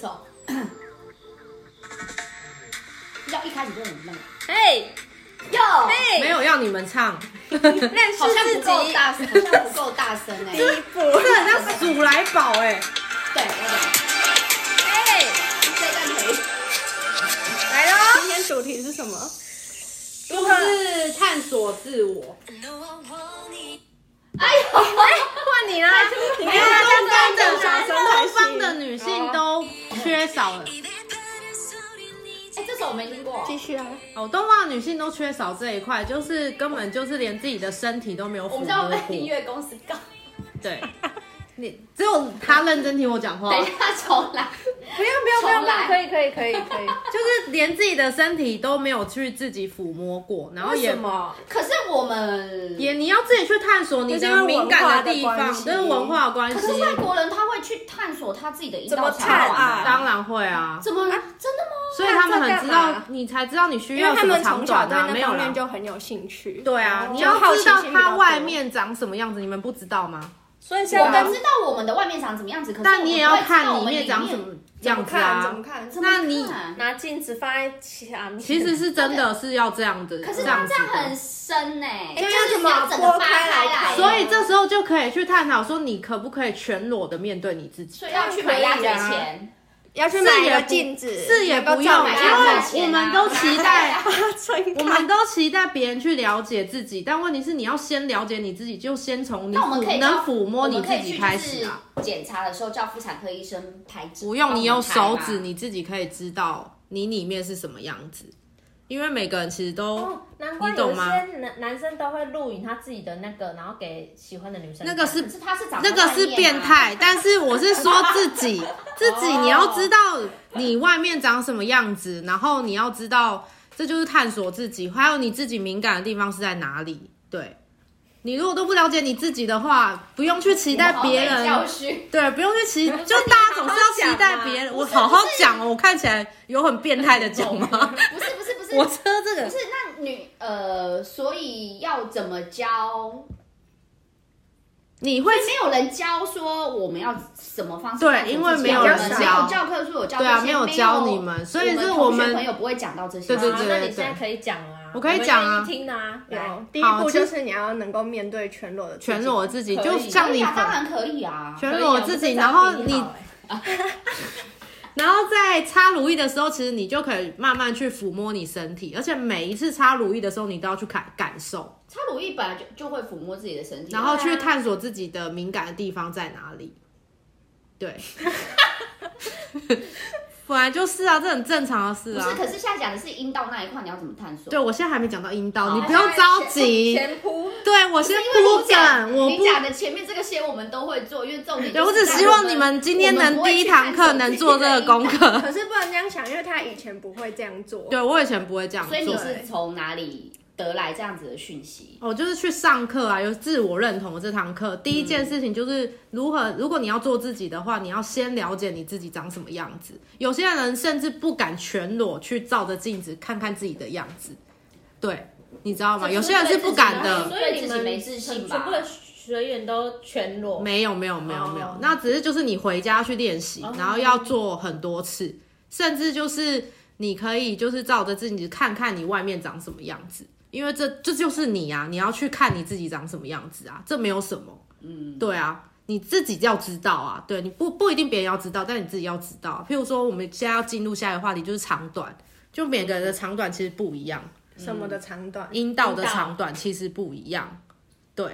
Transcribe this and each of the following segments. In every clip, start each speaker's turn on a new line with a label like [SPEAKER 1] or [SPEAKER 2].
[SPEAKER 1] 首，要一开始就很慢，
[SPEAKER 2] 嘿，
[SPEAKER 1] 有，
[SPEAKER 2] 嘿，
[SPEAKER 3] 没有要你们 唱，
[SPEAKER 4] 哎
[SPEAKER 2] 认识
[SPEAKER 1] 好像
[SPEAKER 2] 自
[SPEAKER 1] 不够
[SPEAKER 2] 己，
[SPEAKER 1] 大声，好像不够大声哎、
[SPEAKER 2] 第一步，
[SPEAKER 3] 这很像鼠来宝哎、
[SPEAKER 1] 对，我
[SPEAKER 2] 嘿，
[SPEAKER 1] 这段可以，
[SPEAKER 2] 来喽，
[SPEAKER 5] 今天主题是什么？
[SPEAKER 3] 如就是探索自我。
[SPEAKER 1] 哎呦，
[SPEAKER 3] 换你啦，你
[SPEAKER 1] 哎
[SPEAKER 3] 看
[SPEAKER 5] 东方的小生才
[SPEAKER 3] 东方
[SPEAKER 5] 行
[SPEAKER 3] 的女性都缺少了，
[SPEAKER 1] 哎、这首我没听过，
[SPEAKER 5] 继续啊！
[SPEAKER 3] 哦，东方的女性都缺少这一块，就是根本就是连自己的身体都没有
[SPEAKER 1] 我
[SPEAKER 3] 符合
[SPEAKER 1] 们知道被音
[SPEAKER 3] 过。
[SPEAKER 1] 乐公司告，
[SPEAKER 3] 对，你只有他认真听我讲话
[SPEAKER 1] 等，一下重来，
[SPEAKER 2] 不用不用不用，不
[SPEAKER 1] 重
[SPEAKER 2] 用
[SPEAKER 1] 来
[SPEAKER 2] 可以可以可以可 以，
[SPEAKER 3] 就是连自己的身体都没有去自己抚摸过，然后
[SPEAKER 2] 为
[SPEAKER 3] 也
[SPEAKER 2] 什么？
[SPEAKER 1] 可是我们，
[SPEAKER 3] 也你要自己去探索你的敏感地
[SPEAKER 5] 那是因为文化的
[SPEAKER 3] 方
[SPEAKER 5] 关，系
[SPEAKER 1] 可是
[SPEAKER 3] 这是文化的关系。
[SPEAKER 1] 外国人他会去探索他自己的阴
[SPEAKER 2] 怎么
[SPEAKER 1] 道
[SPEAKER 2] 探
[SPEAKER 1] 插
[SPEAKER 2] 啊
[SPEAKER 1] 管，
[SPEAKER 3] 当然会啊，
[SPEAKER 1] 怎么、真的吗？
[SPEAKER 3] 所以他们很知
[SPEAKER 2] 那这干
[SPEAKER 3] 道
[SPEAKER 2] 嘛，
[SPEAKER 3] 你才知道你需
[SPEAKER 5] 因为
[SPEAKER 3] 要
[SPEAKER 5] 他
[SPEAKER 3] 什么
[SPEAKER 5] 们
[SPEAKER 3] 长
[SPEAKER 5] 从小
[SPEAKER 3] 短
[SPEAKER 5] 对
[SPEAKER 3] 啊，没
[SPEAKER 5] 那
[SPEAKER 3] 有
[SPEAKER 5] 方
[SPEAKER 3] 啦
[SPEAKER 5] 面。就很有兴趣。
[SPEAKER 3] 对
[SPEAKER 1] 哦
[SPEAKER 3] 啊，你
[SPEAKER 5] 就
[SPEAKER 3] 要
[SPEAKER 5] 好奇
[SPEAKER 3] 知道
[SPEAKER 5] 心比较
[SPEAKER 3] 它
[SPEAKER 5] 多
[SPEAKER 3] 外面长什么样子，你们不知道吗？
[SPEAKER 2] 所以
[SPEAKER 1] 我
[SPEAKER 5] 啊
[SPEAKER 2] 像
[SPEAKER 1] 们知道我们的外面长什么样子，可是
[SPEAKER 3] 但你也要看
[SPEAKER 1] 里
[SPEAKER 3] 里面长什么样子
[SPEAKER 5] 怎么
[SPEAKER 3] 啊。
[SPEAKER 5] 看？怎么看？
[SPEAKER 3] 那你
[SPEAKER 2] 拿镜子放在前面，
[SPEAKER 3] 其实是真的是要这样子，
[SPEAKER 1] 可是
[SPEAKER 3] 这
[SPEAKER 1] 它
[SPEAKER 3] 样
[SPEAKER 1] 这
[SPEAKER 3] 子
[SPEAKER 1] 样很
[SPEAKER 3] 的。
[SPEAKER 1] 深呢、
[SPEAKER 5] 哎
[SPEAKER 1] 就
[SPEAKER 5] 这
[SPEAKER 1] 是
[SPEAKER 5] 样怎么
[SPEAKER 1] 要整个
[SPEAKER 5] 拨
[SPEAKER 1] 扒
[SPEAKER 5] 开来
[SPEAKER 1] 开来，
[SPEAKER 5] 看
[SPEAKER 3] 所以这时候就可以去探讨说，你可不可以全裸的面对你自己？
[SPEAKER 1] 所以啊要去
[SPEAKER 5] 啊
[SPEAKER 1] 买鸭嘴钳，
[SPEAKER 5] 要去
[SPEAKER 3] 是
[SPEAKER 5] 买一
[SPEAKER 3] 也
[SPEAKER 5] 个
[SPEAKER 3] 不
[SPEAKER 5] 镜子，
[SPEAKER 3] 是也不用，因
[SPEAKER 1] 买鸭嘴钳
[SPEAKER 3] 为
[SPEAKER 1] 啊
[SPEAKER 3] 我们都期 待，
[SPEAKER 5] 因
[SPEAKER 3] 我们都期待别人去了解自己，但问题是你要先了解你自己，就先从你
[SPEAKER 1] 那我们可
[SPEAKER 3] 抚
[SPEAKER 1] 以
[SPEAKER 3] 能
[SPEAKER 1] 叫
[SPEAKER 3] 抚摸你自己开始啊。。
[SPEAKER 1] 我们可以去就是检查的时候叫妇产科医生拍照，
[SPEAKER 3] 不用，你有手
[SPEAKER 1] 帮我
[SPEAKER 3] 指，
[SPEAKER 1] 们拍吗
[SPEAKER 3] 你自己可以知道你里面是什么样子，因为每个人其实都、
[SPEAKER 4] 哦，难怪
[SPEAKER 3] 你
[SPEAKER 4] 有
[SPEAKER 3] 懂
[SPEAKER 4] 一
[SPEAKER 3] 吗
[SPEAKER 4] 些男男生都会录影他自己的那个，然后给喜欢的女生看。
[SPEAKER 3] 那个是
[SPEAKER 1] 可是他是长
[SPEAKER 3] 那个是变态，但是我是说自 己
[SPEAKER 1] 哦
[SPEAKER 3] 自己，你要知道你外面长什么样子，然后你要知道这就是探索自己，还有你自己敏感的地方是在哪里。对，你如果都不了解你自己的话，不用去期待别
[SPEAKER 1] 好好被教
[SPEAKER 3] 人。
[SPEAKER 1] 训。
[SPEAKER 3] 对，不用 去期，就大家总是要期待别人。我好好讲哦，我看起来有很变态的 讲吗？
[SPEAKER 1] 不啊是不是不是，
[SPEAKER 3] 我车这个
[SPEAKER 1] 不是那女呃，所以要怎么教？
[SPEAKER 3] 你 会
[SPEAKER 1] 没有人教说我们要什么方式
[SPEAKER 3] 对
[SPEAKER 1] 探索
[SPEAKER 3] 因为
[SPEAKER 1] 自己
[SPEAKER 3] 没
[SPEAKER 5] 有
[SPEAKER 1] 我们
[SPEAKER 5] 人
[SPEAKER 1] 没
[SPEAKER 3] 教
[SPEAKER 1] 有教科书有教
[SPEAKER 3] 对啊
[SPEAKER 1] 这些
[SPEAKER 3] 没有教你们所以是我
[SPEAKER 1] 我
[SPEAKER 3] 们
[SPEAKER 1] 同学朋友不会讲到这些，
[SPEAKER 3] 对对
[SPEAKER 4] 啊
[SPEAKER 3] 对
[SPEAKER 4] 那你现在可以讲啊，
[SPEAKER 3] 我可以讲啊
[SPEAKER 4] 我们愿意听的啊，来
[SPEAKER 5] 有，第一
[SPEAKER 3] 好
[SPEAKER 5] 步
[SPEAKER 3] 其实
[SPEAKER 5] 就是你要能够面对全裸的自己
[SPEAKER 3] 全裸自己，
[SPEAKER 4] 可以
[SPEAKER 3] 就像
[SPEAKER 1] 可以
[SPEAKER 3] 你
[SPEAKER 1] 啊，当然可以啊，
[SPEAKER 3] 全裸自己，然后你，然后在擦乳液的时候，其实你就可以慢慢去抚摸你身体，而且每一次擦乳液的时候，你都要去感感受，
[SPEAKER 1] 擦乳液本来就就会抚摸自己的身体，啊
[SPEAKER 3] 然后去探索自己的敏感的地方在哪里。对， 本来就是啊，这很正常的事
[SPEAKER 1] 不
[SPEAKER 3] 啊
[SPEAKER 1] 是，。可是现在讲的是阴道那一块，你要怎么探索？
[SPEAKER 3] 对，我现在还没讲到阴道，你
[SPEAKER 1] 好
[SPEAKER 3] 不用着急。
[SPEAKER 2] 前铺，
[SPEAKER 3] 对我先
[SPEAKER 1] 因为
[SPEAKER 3] 铺
[SPEAKER 1] 你讲
[SPEAKER 3] 梗，我
[SPEAKER 1] 你
[SPEAKER 3] 不
[SPEAKER 1] 讲的前面这个些我们都会做，因为重点
[SPEAKER 3] 对，
[SPEAKER 1] 就是
[SPEAKER 3] 我只希望你们今天能第一堂课能做这个功。课。
[SPEAKER 5] 可是不能这样想，因为他以前不会这样做。
[SPEAKER 3] 对我以前不会这样
[SPEAKER 1] 所以
[SPEAKER 3] 做
[SPEAKER 1] 你，是从哪里得来这样子的讯息？
[SPEAKER 3] 我就是去上课啊，有自我认同的这堂课。
[SPEAKER 1] 嗯
[SPEAKER 3] 第一件事情就是如何，如果你要做自己的话，你要先了解你自己长什么样子。有些人甚至不敢全裸去照着镜子看看自己的样子，对，你知道吗？有些人是不敢的。
[SPEAKER 4] 啊所以
[SPEAKER 1] 对
[SPEAKER 4] 你
[SPEAKER 1] 自
[SPEAKER 4] 们
[SPEAKER 1] 己没自信吧
[SPEAKER 4] 全部的学员都全裸，
[SPEAKER 3] 没有没有没有没有
[SPEAKER 4] 哦，
[SPEAKER 3] 那只是就是你回家去练习
[SPEAKER 4] 哦，
[SPEAKER 3] 然后要做很多次，甚至就是你可以就是照着自己看看你外面长什么样子，因为这这就是你啊，你要去看你自己长什么样子啊，这没有什么，嗯，对啊。你自己要知道啊，对，你不不一定别人要知道，但你自己要知道啊、譬如说，我们现在要进入下一个话题，就是长短，就每个人的长短其实不一样。
[SPEAKER 5] 什么的长短，
[SPEAKER 3] 阴道的
[SPEAKER 4] 阴道
[SPEAKER 3] 长短其实不一样，对，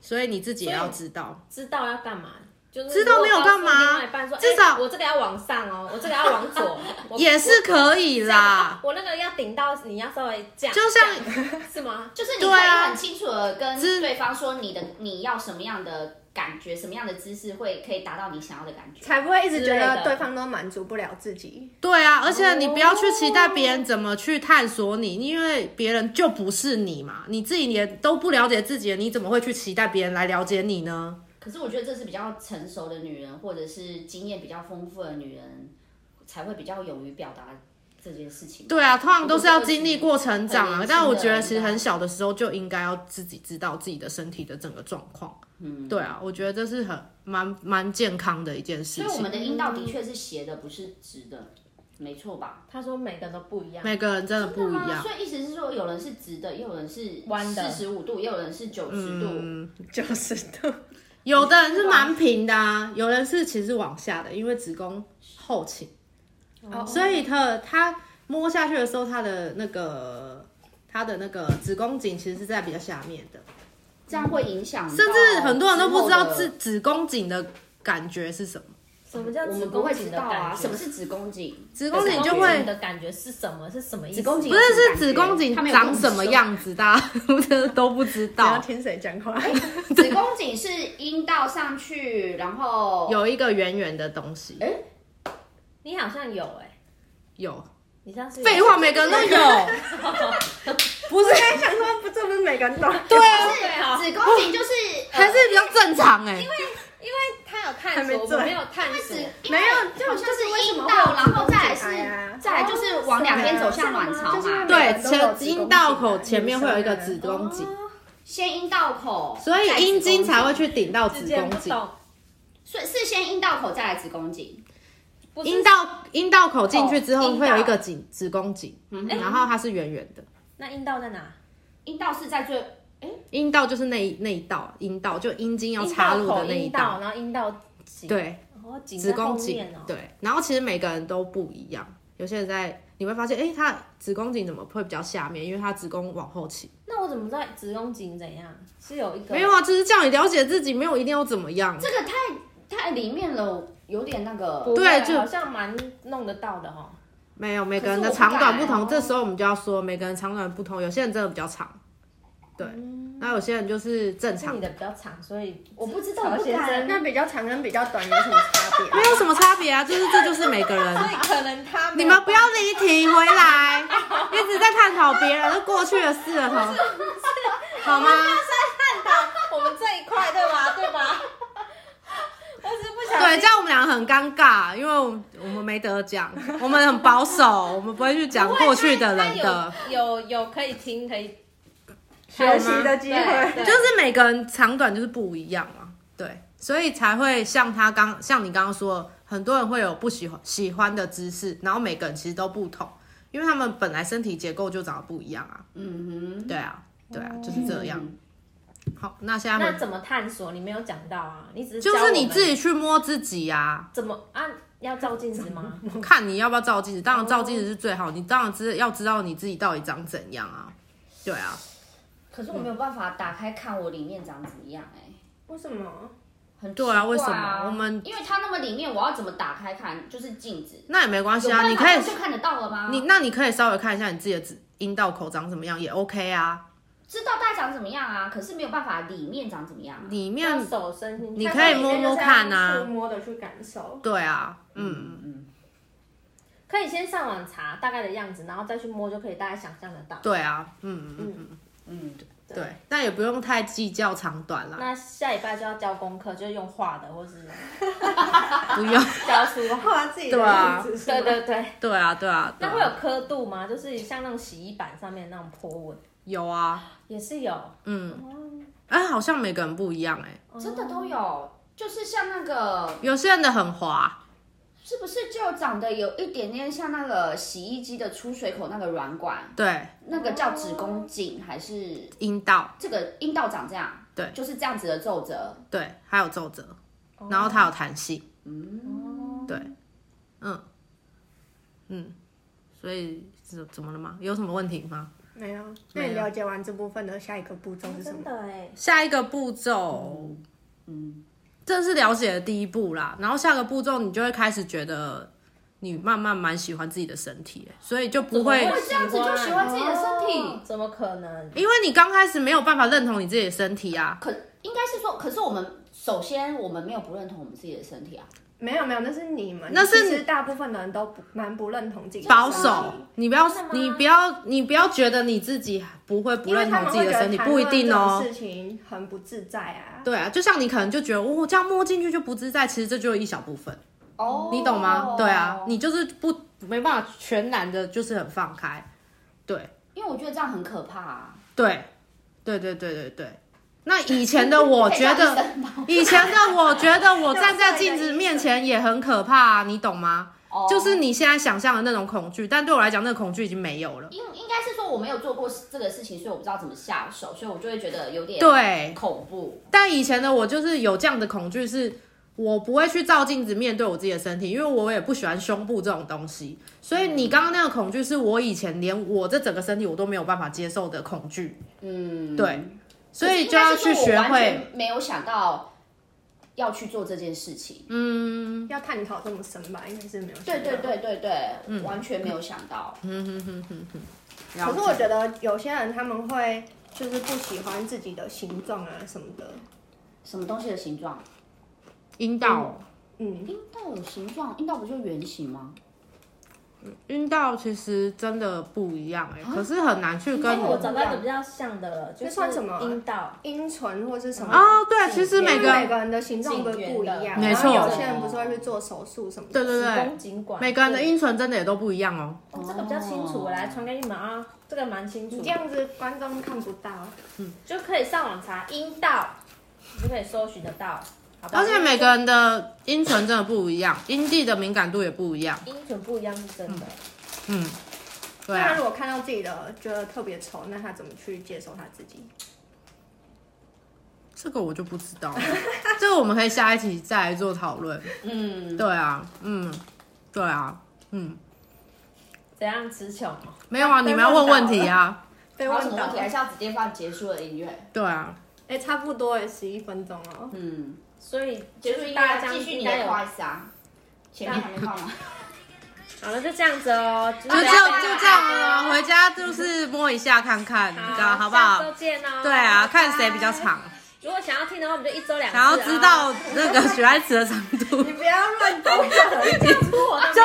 [SPEAKER 3] 所以你自己也要知道。
[SPEAKER 4] 知道要干嘛。就是
[SPEAKER 3] 知道没有干
[SPEAKER 4] 如果
[SPEAKER 3] 嘛
[SPEAKER 4] 告诉另外一半说，
[SPEAKER 3] 至少
[SPEAKER 4] 哎我这个要往上哦，我这个要往 左，我
[SPEAKER 3] 也是可以啦，
[SPEAKER 4] 我那个要顶到，你要稍微这样，
[SPEAKER 3] 就像
[SPEAKER 4] 这样是吗？
[SPEAKER 1] 就是你可
[SPEAKER 3] 对
[SPEAKER 1] 以
[SPEAKER 3] 啊
[SPEAKER 1] 很清楚的跟
[SPEAKER 3] 知
[SPEAKER 1] 对方说你的你要什么样的感觉，什么样的姿势会可以达到你想要的感觉。
[SPEAKER 5] 才不会一直觉
[SPEAKER 4] 之类
[SPEAKER 5] 得
[SPEAKER 4] 的
[SPEAKER 5] 对方都满足不了自己。
[SPEAKER 3] 对啊，而且你不要去期待别人怎么去探索你，因为别人就不是你嘛，你自己也都不了解自己，你怎么会去期待别人来了解你呢？
[SPEAKER 1] 可是我觉得这是比较成熟的女人，或者是经验比较丰富的女人，才会比较勇于表达这件事情。
[SPEAKER 3] 对啊，通常都是要经历过成长
[SPEAKER 1] 我
[SPEAKER 3] 啊
[SPEAKER 1] 觉得这个是很年轻的，
[SPEAKER 3] 但我觉得其实很小的时候就应该要自己知道自己的身体的整个状况，嗯，对啊，我觉得这是很蛮蛮健康的一件
[SPEAKER 1] 所
[SPEAKER 3] 事
[SPEAKER 1] 以我
[SPEAKER 3] 情。
[SPEAKER 1] 们的阴道的确是斜的，不是直的，没错吧？
[SPEAKER 4] 他说每个人都不一样，
[SPEAKER 3] 每个人真的不一样，
[SPEAKER 1] 啊所以意思是说，有人是直的，也有人是
[SPEAKER 4] 弯的
[SPEAKER 1] 四十五度，也有人是九十度。
[SPEAKER 3] 嗯
[SPEAKER 5] 九十 度，
[SPEAKER 3] 有的人是蛮平的啊，有人是其实是往下的，因为子宫后倾，所以它它摸下去的时候，它的那个它的那个子宫颈其实是在比较下面的，
[SPEAKER 5] 哦
[SPEAKER 1] 这样会影响，
[SPEAKER 3] 甚至很多人都不知道子。子宫颈的感觉是什么，
[SPEAKER 4] 什么叫
[SPEAKER 1] 我
[SPEAKER 4] 子
[SPEAKER 1] 们不
[SPEAKER 4] 宫
[SPEAKER 1] 会
[SPEAKER 4] 颈
[SPEAKER 1] 知
[SPEAKER 4] 的
[SPEAKER 1] 道啊，
[SPEAKER 4] 感觉？
[SPEAKER 1] 什么是子宫颈？
[SPEAKER 3] 子宫颈就
[SPEAKER 4] 子宫
[SPEAKER 3] 会
[SPEAKER 4] 颈的感觉是什么？是什么意思？
[SPEAKER 1] 子宫颈
[SPEAKER 3] 不是是子宫颈
[SPEAKER 1] 它没有
[SPEAKER 3] 长什么样子，大家 都都不知
[SPEAKER 5] 不要
[SPEAKER 3] 道。
[SPEAKER 5] 听谁讲话。
[SPEAKER 1] 子宫颈是阴道上去，然后
[SPEAKER 3] 有一个圆圆的东西，
[SPEAKER 4] 你好像有哎、
[SPEAKER 3] 有
[SPEAKER 4] 你上次有
[SPEAKER 3] 废话，每个人都有， 不是
[SPEAKER 5] 我还想说，不，这不是每个人都
[SPEAKER 3] 对啊，
[SPEAKER 1] 是子宫颈就是呃
[SPEAKER 3] 还是比较正常哎、
[SPEAKER 4] 他有
[SPEAKER 5] 还
[SPEAKER 4] 探
[SPEAKER 5] 没
[SPEAKER 4] 索，
[SPEAKER 5] 做
[SPEAKER 4] 我没有探索
[SPEAKER 1] 子，
[SPEAKER 5] 没有
[SPEAKER 1] 就好像
[SPEAKER 5] 就是为
[SPEAKER 1] 是
[SPEAKER 5] 什
[SPEAKER 1] 阴
[SPEAKER 5] 么
[SPEAKER 1] 道，
[SPEAKER 5] 会有
[SPEAKER 1] 然后再来
[SPEAKER 5] 子宫颈癌
[SPEAKER 1] 是
[SPEAKER 5] 啊
[SPEAKER 1] 再来就是往两边走向卵巢
[SPEAKER 5] 就是
[SPEAKER 1] 嘛，
[SPEAKER 5] 每个
[SPEAKER 3] 对，
[SPEAKER 5] 人都
[SPEAKER 3] 前
[SPEAKER 5] 有子宫颈
[SPEAKER 3] 阴
[SPEAKER 5] 啊
[SPEAKER 3] 道口前面会有一个
[SPEAKER 5] 女生
[SPEAKER 3] 子
[SPEAKER 5] 啊
[SPEAKER 3] 宫颈，
[SPEAKER 1] 先阴道口，
[SPEAKER 3] 所以
[SPEAKER 1] 再子宫
[SPEAKER 3] 阴茎
[SPEAKER 1] 颈
[SPEAKER 3] 才会，去顶到子
[SPEAKER 4] 之间
[SPEAKER 3] 宫
[SPEAKER 4] 不
[SPEAKER 3] 颈。
[SPEAKER 4] 懂，
[SPEAKER 1] 所以是先阴道口再来子宫颈，
[SPEAKER 4] 哦不是哦
[SPEAKER 3] 阴道阴道口进去之后
[SPEAKER 4] 阴道嗯哎
[SPEAKER 3] 会有一个颈子宫颈，然后它是圆圆的。
[SPEAKER 4] 那阴道在哪？
[SPEAKER 1] 阴道是在最
[SPEAKER 3] 阴道就是那一那一道阴道，就阴茎要
[SPEAKER 4] 阴
[SPEAKER 3] 插
[SPEAKER 4] 道
[SPEAKER 3] 入
[SPEAKER 4] 口
[SPEAKER 3] 的那一
[SPEAKER 4] 阴道，，然后阴道颈，
[SPEAKER 3] 对，
[SPEAKER 4] 哦，颈
[SPEAKER 3] 子
[SPEAKER 4] 在后
[SPEAKER 3] 宫颈
[SPEAKER 4] 面哦。
[SPEAKER 3] 对。然后其实每个人都不一样，有些人在你会发现，哎，他子宫颈怎么会比较下面？因为他子宫往后倾。
[SPEAKER 4] 那我怎么知道子宫颈怎样？是有一个
[SPEAKER 3] 没有啊，就是叫你了解自己，没有一定要怎么样。
[SPEAKER 1] 这个太太里面了，有点那个
[SPEAKER 4] 不会
[SPEAKER 3] 对就
[SPEAKER 4] 好像蛮弄得到的哦哈。
[SPEAKER 3] 没有，每个人的
[SPEAKER 1] 可是我
[SPEAKER 3] 长
[SPEAKER 1] 不
[SPEAKER 3] 短不
[SPEAKER 1] 敢
[SPEAKER 3] 同，
[SPEAKER 4] 哦
[SPEAKER 3] 这时候我们就要说每个人长短不同，有些人真的比较长，对，那有些人就是正
[SPEAKER 4] 是
[SPEAKER 3] 常
[SPEAKER 4] 嗯你，的比较长，所以
[SPEAKER 1] 我不知道，
[SPEAKER 4] 曹
[SPEAKER 1] 我不
[SPEAKER 4] 先
[SPEAKER 1] 敢
[SPEAKER 4] 生，
[SPEAKER 5] 那比较长跟比较短有什么差别？
[SPEAKER 3] 没有什么差别啊，就是这就是每个人。
[SPEAKER 4] 所以可能他没
[SPEAKER 3] 你
[SPEAKER 4] 有
[SPEAKER 3] 们不要离题回来，一直在探讨别人的过去的事了，好好吗？
[SPEAKER 4] 我们这一块对吧？对吧？我只是不想
[SPEAKER 3] 对，这样我们两个很尴尬，因为我们我们没得讲，我们很保守，我们不会去讲过去的人的，
[SPEAKER 4] 有有有可以听可以
[SPEAKER 5] 学习的机
[SPEAKER 4] 对
[SPEAKER 5] 会
[SPEAKER 4] 对
[SPEAKER 3] 就是每个人长短就是不一样嘛，对，所以才会像他刚像你刚刚说的，很多人会有不喜欢喜欢的姿势，然后每个人其实都不同，因为他们本来身体结构就长得不一样啊，
[SPEAKER 1] 嗯哼，嗯
[SPEAKER 3] 对啊，对啊，就是这样。好，那现在
[SPEAKER 4] 那
[SPEAKER 3] 回
[SPEAKER 4] 怎么探索？你没有讲到啊，你只是
[SPEAKER 3] 就
[SPEAKER 4] 教我
[SPEAKER 3] 是
[SPEAKER 4] 们
[SPEAKER 3] 你自己去摸自己 啊，
[SPEAKER 4] 怎么啊？要照镜子 吗？
[SPEAKER 3] 看你要不要照镜子，当然照镜子是最好，你当然知要知道你自己到底长怎样啊，对啊，
[SPEAKER 1] 可是我没有办法打开看我里面长怎么样哎、
[SPEAKER 5] 为什么？
[SPEAKER 1] 很
[SPEAKER 3] 对啊
[SPEAKER 1] 奇怪
[SPEAKER 3] 为什么我们
[SPEAKER 1] 因为它那么里面，我要怎么打开看？就是镜子，
[SPEAKER 3] 那也没关系
[SPEAKER 1] 有办
[SPEAKER 3] 啊，
[SPEAKER 1] 法
[SPEAKER 3] 你可以
[SPEAKER 1] 就看得到了吗？
[SPEAKER 3] 你那你可以稍微看一下你自己的子阴道口长怎么样，也 OK 啊，
[SPEAKER 1] 知道它长怎么样啊？可是没有办法里面长怎么样啊、
[SPEAKER 3] 里面
[SPEAKER 4] 用手伸进去，
[SPEAKER 3] 你可以摸摸看啊
[SPEAKER 5] 触摸的去感受。
[SPEAKER 3] 对啊，嗯，
[SPEAKER 4] 可以先上网查大概的样子，然后再去摸，就可以大概想象得到。
[SPEAKER 3] 对啊，嗯嗯嗯，
[SPEAKER 1] 嗯，
[SPEAKER 3] 对，但也不用太计较长短啦，
[SPEAKER 4] 那下礼拜就要交功课，就是用画的，或是
[SPEAKER 3] 不 用，
[SPEAKER 4] 教书。
[SPEAKER 5] 后来自己
[SPEAKER 3] 对啊
[SPEAKER 5] 样子是吗
[SPEAKER 4] 对对对，
[SPEAKER 3] 对啊对啊，对
[SPEAKER 4] 那
[SPEAKER 3] 啊
[SPEAKER 4] 会有刻度吗？就是像那种洗衣板上面那种波纹，
[SPEAKER 3] 有啊，
[SPEAKER 4] 也是有。
[SPEAKER 3] 哎，好像每个人不一样哎、
[SPEAKER 4] 哦
[SPEAKER 1] 真的都有，就是像那个，
[SPEAKER 3] 有些人的很滑，
[SPEAKER 1] 是不是就长得有一点点像那个洗衣机的出水口那个软管，
[SPEAKER 3] 对，
[SPEAKER 1] 那个叫子宫颈还是
[SPEAKER 3] 阴道。
[SPEAKER 1] 这个阴道长这样？
[SPEAKER 3] 对
[SPEAKER 1] 就是这样子的皱褶。
[SPEAKER 3] 对，还有皱褶，然后它有弹性，
[SPEAKER 1] 嗯，
[SPEAKER 3] 对，嗯，嗯，所以怎怎么了吗？有什么问题吗？
[SPEAKER 5] 没有。那你了解完这部分的下一个步骤是什
[SPEAKER 4] 真
[SPEAKER 5] 么？
[SPEAKER 4] 的哎，
[SPEAKER 3] 下一个步骤，
[SPEAKER 1] 嗯，
[SPEAKER 3] 这是了解的第一步啦。然后下个步骤，你就会开始觉得你慢慢蛮喜欢自己的身体欸，所以就不会，
[SPEAKER 1] 会这样子就喜欢自己的身体
[SPEAKER 4] 哦怎么可能？
[SPEAKER 3] 因为你刚开始没有办法认同你自己的身体啊。
[SPEAKER 1] 可应该是说，可是我们首先我们没有不认同我们自己的身体啊，
[SPEAKER 5] 没有没有，那是你们。
[SPEAKER 3] 那是
[SPEAKER 5] 其实大部分的人都不蛮不认同自己的
[SPEAKER 3] 保
[SPEAKER 5] 身
[SPEAKER 3] 守
[SPEAKER 5] 体，
[SPEAKER 3] 你不要
[SPEAKER 4] 真的，吗
[SPEAKER 3] 你不要，你不要觉得你自己不会不
[SPEAKER 5] 因为
[SPEAKER 3] 认
[SPEAKER 5] 他
[SPEAKER 3] 同
[SPEAKER 5] 们
[SPEAKER 3] 自己的
[SPEAKER 5] 会觉得
[SPEAKER 3] 身体，
[SPEAKER 5] 谈
[SPEAKER 3] 不一
[SPEAKER 5] 论这
[SPEAKER 3] 定
[SPEAKER 5] 种
[SPEAKER 3] 哦。
[SPEAKER 5] 事情很不自在啊。
[SPEAKER 3] 对啊，就像你可能就觉得，哦，这样摸进去就不自在，其实这就是一小部分，
[SPEAKER 1] 哦
[SPEAKER 3] 你懂吗？对啊，你就是不没办法全然的，就是很放开，对
[SPEAKER 1] 因为我觉得这样很可怕、啊。
[SPEAKER 3] 对对对对对对，那以前的我
[SPEAKER 1] 可以
[SPEAKER 3] 觉
[SPEAKER 1] 叫医
[SPEAKER 3] 得，
[SPEAKER 1] 生吗
[SPEAKER 3] 以前的我觉得我站在镜子面前也很可怕、啊，你懂吗？
[SPEAKER 1] 哦
[SPEAKER 3] 就是你现在想象的那种恐惧，但对我来讲，那个恐惧已经没有了。
[SPEAKER 1] 应应该是说我没有做过这个事情，所以我不知道怎么下手，所以我就会觉得有点
[SPEAKER 3] 对，
[SPEAKER 1] 恐怖。
[SPEAKER 3] 但以前的我就是有这样的恐惧，是我不会去照镜子面对我自己的身体，因为我也不喜欢胸部这种东西。所以你刚刚那个恐惧，是我以前连我这整个身体我都没有办法接受的恐惧。
[SPEAKER 1] 嗯，
[SPEAKER 3] 对，所以
[SPEAKER 1] 应
[SPEAKER 3] 就
[SPEAKER 1] 该
[SPEAKER 3] 要
[SPEAKER 1] 是说
[SPEAKER 3] 去学
[SPEAKER 1] 我完
[SPEAKER 3] 会。
[SPEAKER 1] 全没有想到要去做这件事情。
[SPEAKER 3] 嗯
[SPEAKER 5] 要探讨这么深吧，应该是没有。
[SPEAKER 1] 对对。对对对，
[SPEAKER 3] 嗯
[SPEAKER 1] 完全没有想到。
[SPEAKER 5] 可是我觉得有些人他们会就是不喜欢自己的形状啊什么的，
[SPEAKER 1] 什么东西的形状？
[SPEAKER 3] 阴道，
[SPEAKER 5] 嗯，
[SPEAKER 1] 阴道有形状，阴道不就圆形吗？
[SPEAKER 3] 阴道其实真的不一样哎、可是很难去跟
[SPEAKER 4] 我
[SPEAKER 3] 你。
[SPEAKER 4] 找到一个比较像的了，就
[SPEAKER 5] 那
[SPEAKER 4] 是
[SPEAKER 5] 算什么
[SPEAKER 4] 阴道，
[SPEAKER 5] 阴唇或是什么。
[SPEAKER 3] 哦，对，其实
[SPEAKER 5] 因
[SPEAKER 3] 每
[SPEAKER 5] 为每
[SPEAKER 3] 个
[SPEAKER 5] 个人的形状都不一样，
[SPEAKER 3] 没
[SPEAKER 5] 然
[SPEAKER 3] 错
[SPEAKER 5] 后有些人不是会去做手术什么的。
[SPEAKER 3] 对对
[SPEAKER 4] 子
[SPEAKER 3] 对
[SPEAKER 4] 宫，颈管，
[SPEAKER 3] 每个人的阴唇真的也都不一样哦。
[SPEAKER 4] 对，这个比较清楚，
[SPEAKER 1] 哦
[SPEAKER 4] 我来传给你们啊，这个蛮清楚
[SPEAKER 5] 这
[SPEAKER 4] 的，
[SPEAKER 5] 样子观众看不到，
[SPEAKER 4] 就可以上网查阴道，你就可以搜寻得到，好吧？
[SPEAKER 3] 而且每个人的阴唇真的不一样，阴蒂的敏感度也不一样。
[SPEAKER 4] 阴唇不一样是真的，
[SPEAKER 3] 嗯，对
[SPEAKER 5] 那他
[SPEAKER 3] 啊
[SPEAKER 5] 如，果看到自己的觉得特别丑，那他怎么去接受他自己？
[SPEAKER 3] 这个我就不知道了，这个我们可以下一期再来做讨论。
[SPEAKER 1] 嗯，
[SPEAKER 3] 对啊，嗯，对啊，嗯，
[SPEAKER 4] 怎样词穷？
[SPEAKER 3] 没有啊，你们要问问题啊。
[SPEAKER 5] 被
[SPEAKER 1] 还有
[SPEAKER 5] 问
[SPEAKER 1] 什么
[SPEAKER 5] 到
[SPEAKER 1] 问题？还是要直接放结束的音乐？
[SPEAKER 3] 对啊，
[SPEAKER 5] 哎、差不多也十一分钟哦。
[SPEAKER 1] 嗯，
[SPEAKER 4] 所以
[SPEAKER 1] 结
[SPEAKER 4] 就
[SPEAKER 1] 束
[SPEAKER 4] 是
[SPEAKER 1] 音
[SPEAKER 4] 大
[SPEAKER 1] 乐
[SPEAKER 4] 家
[SPEAKER 1] 继续你
[SPEAKER 4] 加
[SPEAKER 1] 的
[SPEAKER 4] 油。
[SPEAKER 1] 花香，前面还没放完。
[SPEAKER 4] 好了，就这样子哦，就
[SPEAKER 3] 就这样就这样啊，回家就是摸一下看看，你知道好不好
[SPEAKER 4] 下？周见哦。
[SPEAKER 3] 对啊，看谁比较长，
[SPEAKER 4] 如果想要听的话，我们就一周两次。啊
[SPEAKER 3] 想要知道那个许爱慈的长度，
[SPEAKER 5] 你不要乱搞，
[SPEAKER 4] 这样子我的
[SPEAKER 3] 就